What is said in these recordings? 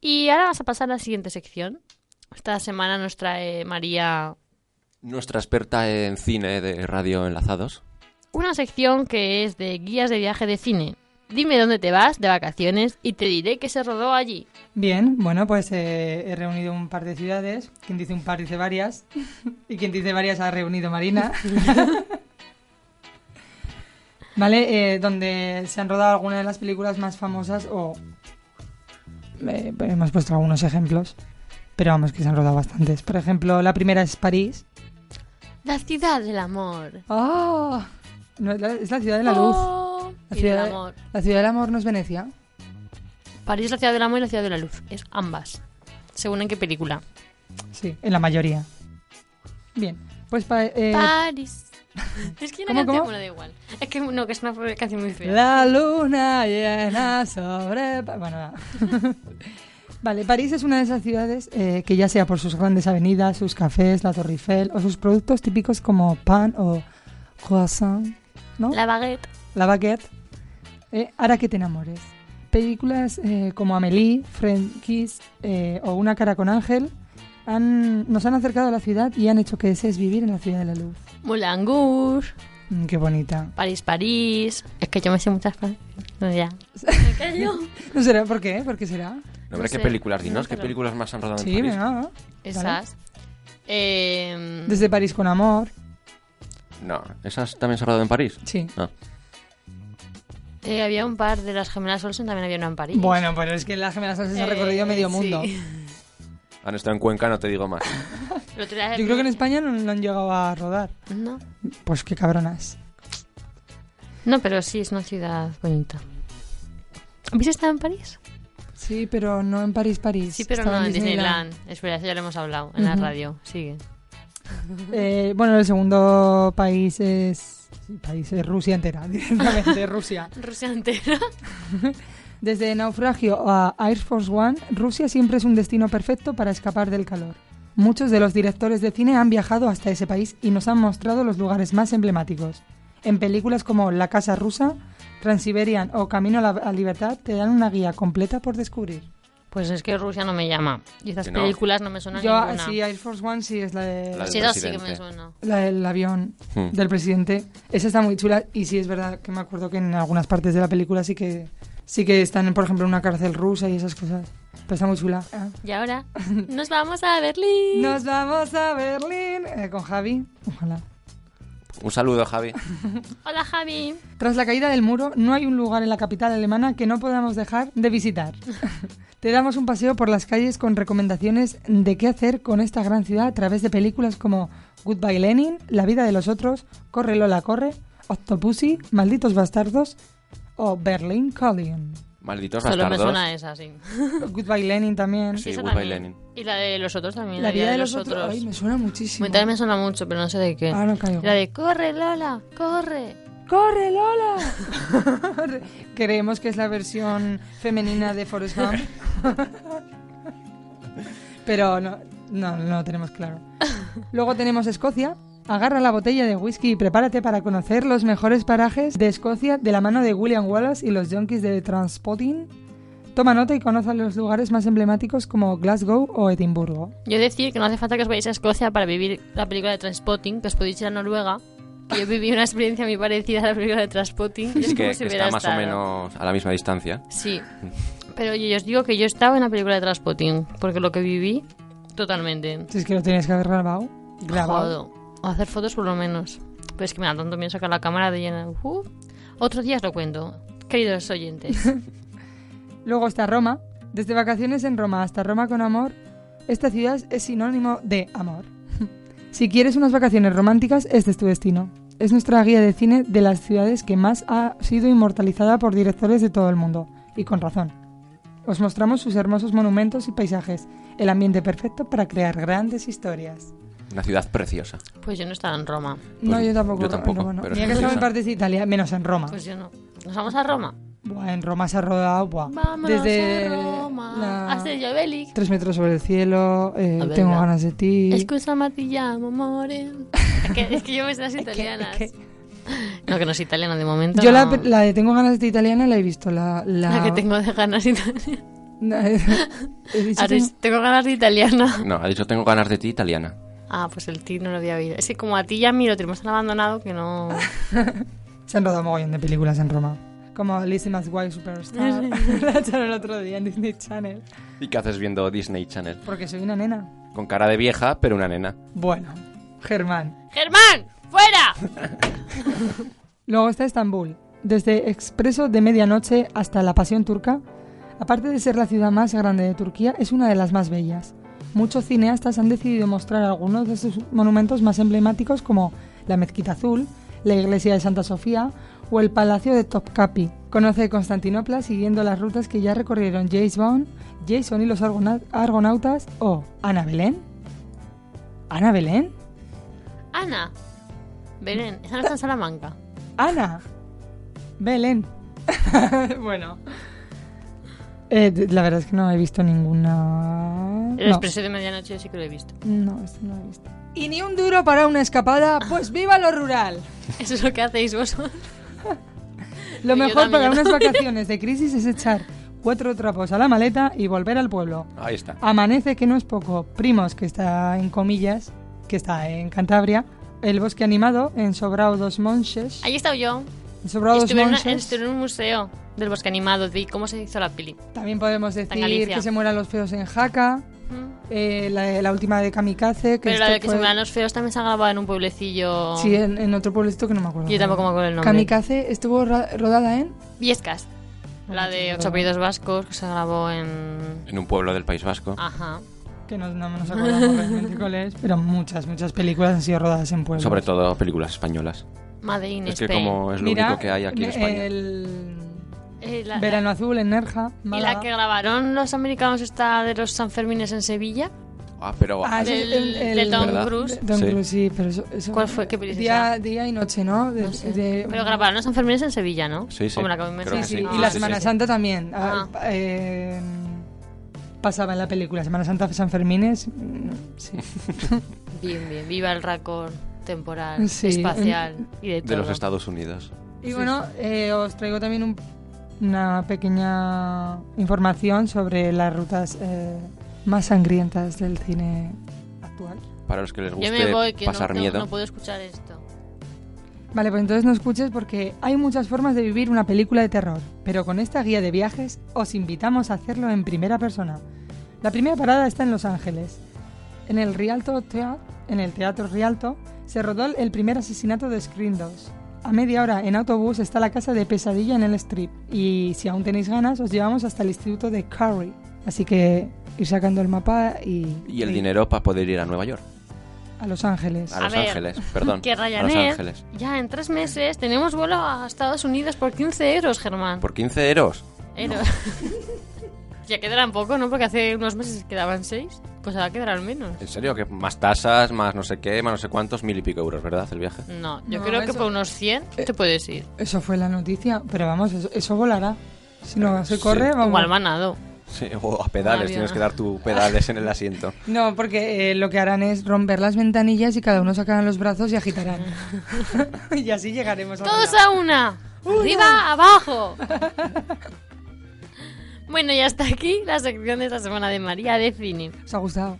Y ahora vas a pasar a la siguiente sección. Esta semana nos trae María Nuestra experta en cine de Radio Enlazados. una sección que es de guías de viaje de cine. Dime dónde te vas de vacaciones y te diré que se rodó allí. Bien, bueno, pues eh, he reunido un par de ciudades. Quien dice un par dice varias. Y quien dice varias ha reunido Marina. vale, eh, donde se han rodado algunas de las películas más famosas o... eh, hemos puesto algunos ejemplos, pero vamos, que se han rodado bastantes. Por ejemplo, la primera es París. La ciudad del amor. ¡Ah! No, es la- es la ciudad de la luz. Oh, La y del ciudad, amor. la ciudad del amor no es Venecia. París es la ciudad del amor y la ciudad de la luz. Es ambas. Según en qué película. Sí, en la mayoría. Bien, pues pa- eh, París. Es que hay una ¿Cómo, canción, cómo? bueno, da igual. Es que no, que es una canción muy fea. La luna llena sobre... Pa- Bueno, nada. vale, París es una de esas ciudades eh, que ya sea por sus grandes avenidas, sus cafés, la Torre Eiffel o sus productos típicos como pan o croissant, ¿no? La baguette. La baguette. Eh, Ahora que te enamores. Películas eh, como Amélie, Friend Kiss eh, o Una cara con Ángel han- nos han acercado a la ciudad y han hecho que desees vivir en la ciudad de la luz. Moulin Rouge. Mm, qué bonita. París, París. Es que yo me sé muchas cosas. No, ya. ¿No será por qué? ¿Por qué será? No, No hombre, sé. qué películas, dinos, Dímelo. qué películas más han rodado Ah, en Sí, París. venga. Esas. Eh, Desde París con amor. No, esas también se han rodado en París. Sí. No. eh, había un par de las gemelas Olsen, también había una en París. Bueno, pero es que las gemelas Olsen se ha Eh, recorrido medio sí. mundo. Han estado en Cuenca, no te digo más. El otro día- Yo creo que en España no, no han llegado a rodar. No. Pues qué cabronas. No, pero sí, es una ciudad bonita. ¿Habéis estado en París? Sí, pero no en París, París. Sí, pero Estaba no en Disneyland. Espera, eso ya lo hemos hablado en la Ujú. radio. Sigue. Eh, bueno, el segundo país es... sí, país es Rusia entera, directamente Rusia. Rusia entera. Desde Naufragio a Air Force One, Rusia siempre es un destino perfecto para escapar del calor. Muchos de los directores de cine han viajado hasta ese país y nos han mostrado los lugares más emblemáticos. En películas como La Casa Rusa, Transiberian o Camino a la a Libertad te dan una guía completa por descubrir. Pues es que Rusia no me llama. Y esas Que no. películas no me suenan Yo, ninguna. sí, Air Force One sí es la, de- La del Sí, eso sí que me presidente. suena. la del avión Hmm. del presidente. Esa está muy chula y sí es verdad que me acuerdo que en algunas partes de la película sí que, sí que están, por ejemplo, en una cárcel rusa y esas cosas. Pero está muy chula. Ah. Y ahora nos vamos a Berlín. Nos vamos a Berlín eh, con Javi. Ojalá. Un saludo, Javi. Hola Javi. Tras la caída del muro, no hay un lugar en la capital alemana que no podamos dejar de visitar. Te damos un paseo por las calles con recomendaciones de qué hacer con esta gran ciudad a través de películas como Goodbye Lenin, La vida de los otros, Corre Lola Corre, Octopussy, Malditos Bastardos o Berlin Calling. Malditos Solo me bastardos. suena esa, sí. Goodbye Lenin también. Sí, Esa Goodbye también. Lenin. Y la de los otros también. La vida de, los otros. Ay, me suena muchísimo. Bueno, también me suena mucho, pero no sé de qué. Ah, no caigo. La de corre Lola, corre. ¡Corre, Lola! Creemos que es la versión femenina de Forrest Gump. Pero no, no, no lo tenemos claro. Luego tenemos Escocia. Agarra la botella de whisky y prepárate para conocer los mejores parajes de Escocia de la mano de William Wallace y los Junkies de Transpotting. Toma nota y conoce los lugares más emblemáticos como Glasgow o Edimburgo. Yo decir que no hace falta que os vayáis a Escocia para vivir la película de Transpotting, que os podéis ir a Noruega. Que yo viví una experiencia muy parecida a la película de Transpotting. Es que, que hubiera está más o estado. menos a la misma distancia. Sí. Pero oye, yo os digo que yo estaba en la película de Transpotting, porque lo que viví, totalmente. Si es que lo tenías que haber grabado. Grabado. Jodo. O hacer fotos por lo menos. Pero es que me da tanto miedo sacar la cámara de llena. Uf. Otro día os lo cuento, queridos oyentes. Luego está Roma. Desde vacaciones en Roma hasta Roma con amor, esta ciudad es sinónimo de amor. Si quieres unas vacaciones románticas, este es tu destino. es nuestra guía de cine de las ciudades que más ha sido inmortalizada por directores de todo el mundo, y con razón. Os mostramos sus hermosos monumentos y paisajes, el ambiente perfecto para crear grandes historias. Una ciudad preciosa. Pues yo no estaba en Roma. no, Pues yo tampoco. yo en tampoco, Roma no. pero Mira es que estaba en preciosa. partes de Italia, menos en Roma. Pues yo no. ¿Nos vamos a Roma? Buah, en Roma se ha rodado buah, Vámonos desde a Roma. la- Hasta el Jovelik. Tres metros sobre el cielo, eh, A ver, tengo la- ganas de ti. Excusa, ti llamo, more. Es que, es que yo me sé las italianas. que- No, que no es italiana de momento. Yo no. la, la de tengo ganas de ti italiana la he visto. La, la... La que tengo de ganas italiana. He dicho Ahora es, tengo ganas de italiana. No, ha dicho tengo ganas de ti, italiana. Ah, pues el ti no lo había oído. Es que como a ti y a mí lo tenemos tan abandonado que no. que- Se han rodado mogollón de películas en Roma. Como Lizzie McGuire Superstar. la echaron el otro día en Disney Channel. ¿Y qué haces viendo Disney Channel? Porque soy una nena. Con cara de vieja, pero una nena. Bueno, Germán. ¡Germán! ¡Fuera! Luego está Estambul. Desde Expreso de Medianoche hasta La Pasión Turca, aparte de ser la ciudad más grande de Turquía, es una de las más bellas. Muchos cineastas han decidido mostrar algunos de sus monumentos más emblemáticos como la Mezquita Azul, la Iglesia de Santa Sofía o el Palacio de Topkapi. Conoce Constantinopla siguiendo las rutas que ya recorrieron James Bond, Jason y los Argona- Argonautas o Ana Belén. ¿Ana Belén? Ana. Belén, esa no está en Salamanca. Ana. Belén. bueno. Eh, la verdad es que no he visto ninguna. El No, expreso de medianoche yo sí que lo he visto. no, esto no lo he visto. Y ni un duro para una escapada, pues viva lo rural. Eso es lo que hacéis vosotros. Lo Yo mejor para también. unas vacaciones de crisis es echar cuatro trapos a la maleta y volver al pueblo. Ahí está. Amanece, que no es poco. Primos, que está en comillas, que está en Cantabria. El bosque animado en Sobrao dos Monches. Ahí he estado yo. En Sobrao dos estuve, en una- Monches. estuve en un museo del bosque animado, vi cómo se hizo la peli. También podemos decir Galicia. que se mueran los feos en Jaca, Mm. eh, la, la última de Kamikaze. Que Pero la esto de que este fue- se mueran los feos también se ha grabado en un pueblecillo. Sí, en, en otro pueblecito que no me acuerdo. Yo tampoco me acuerdo el nombre. Kamikaze estuvo ra- rodada en. Viescas. La Ah, de Ocho Apellidos Vascos que se grabó en. En un pueblo del País Vasco. Ajá. Que no, no nos acordamos realmente cuál es, pero muchas, muchas películas han sido rodadas en pueblos. Sobre todo películas españolas. Made in Es que Spain. como es lo Mira, único que hay aquí en me- España. El Eh, la- Verano Azul en Nerja. y la Málaga. que grabaron los americanos está de los Sanfermines en Sevilla. Ah, pero Ah, ese es del- de Tom ¿verdad? Cruise. De Tom Sí. Cruise, sí, pero eso. eso- ¿Cuál fue? ¿Qué peli es día, esa? día y noche, ¿no? De- No sé. de- Pero grabaron los Sanfermines en Sevilla, ¿no? Sí, sí. Como la que a mí me Creo que Sí, sí, sí. Ah. y la sí, Semana sí. Santa también. Ah. Ah, pa- eh, pasaba en la película Semana Santa San Fermines. mm, Sí. Bien, bien. Viva el racor temporal, Sí. espacial y de todo. de los Estados Unidos. Y bueno, eh, os traigo también un- una pequeña información sobre las rutas eh, más sangrientas del cine actual. Para los que les Yo guste me voy, que no, pasar no- miedo. no puedo escuchar esto. Vale, pues entonces no escuches porque hay muchas formas de vivir una película de terror, pero con esta guía de viajes os invitamos a hacerlo en primera persona. La primera parada está en Los Ángeles. En el Rialto Tea- en el Teatro Rialto se rodó el primer asesinato de Screen 2. A media hora en autobús está la casa de Pesadilla en el Strip y si aún tenéis ganas os llevamos hasta el instituto de Curry. Así que ir sacando el mapa y, Y el dinero para poder ir a Nueva York. a Los Ángeles. A A Los ver, Ángeles, perdón. Que a Los Ryanair, Ángeles. ya en tres meses tenemos vuelo a Estados Unidos por 15 euros, Germán. Por 15 euros. Euros. ya quedarán poco, ¿no? Porque hace unos meses quedaban 6. Pues ahora quedarán menos. En serio, que más tasas, más no sé qué, más no sé cuántos, mil y pico euros, ¿verdad? El viaje. No, yo No, creo que eso- Eh. por unos 100 te puedes ir. Eso fue la noticia, pero vamos, eso, eso volará. Si no se Sí. corre, vamos. Igual manado. Sí, o a pedales, Avión. tienes que dar tu pedales en el asiento. No, porque eh, lo que harán es romper las ventanillas y cada uno sacará los brazos y agitarán. y así llegaremos a ¡Todos volar. a una! ¡Arriba, abajo! bueno, y hasta aquí la sección de esta semana de María de Fini. ¿Os ha gustado?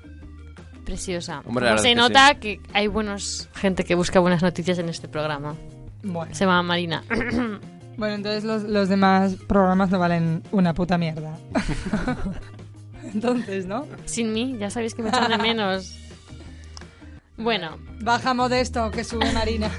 Preciosa. Hombre, la Como verdad se es que nota que hay buenos gente que busca buenas noticias en este programa. Bueno, Se llama Marina. bueno entonces los, los demás programas no valen una puta mierda. entonces, ¿no? Sin mí, ya sabéis que me echan de menos. Bueno, Baja modesto, que sube Marina.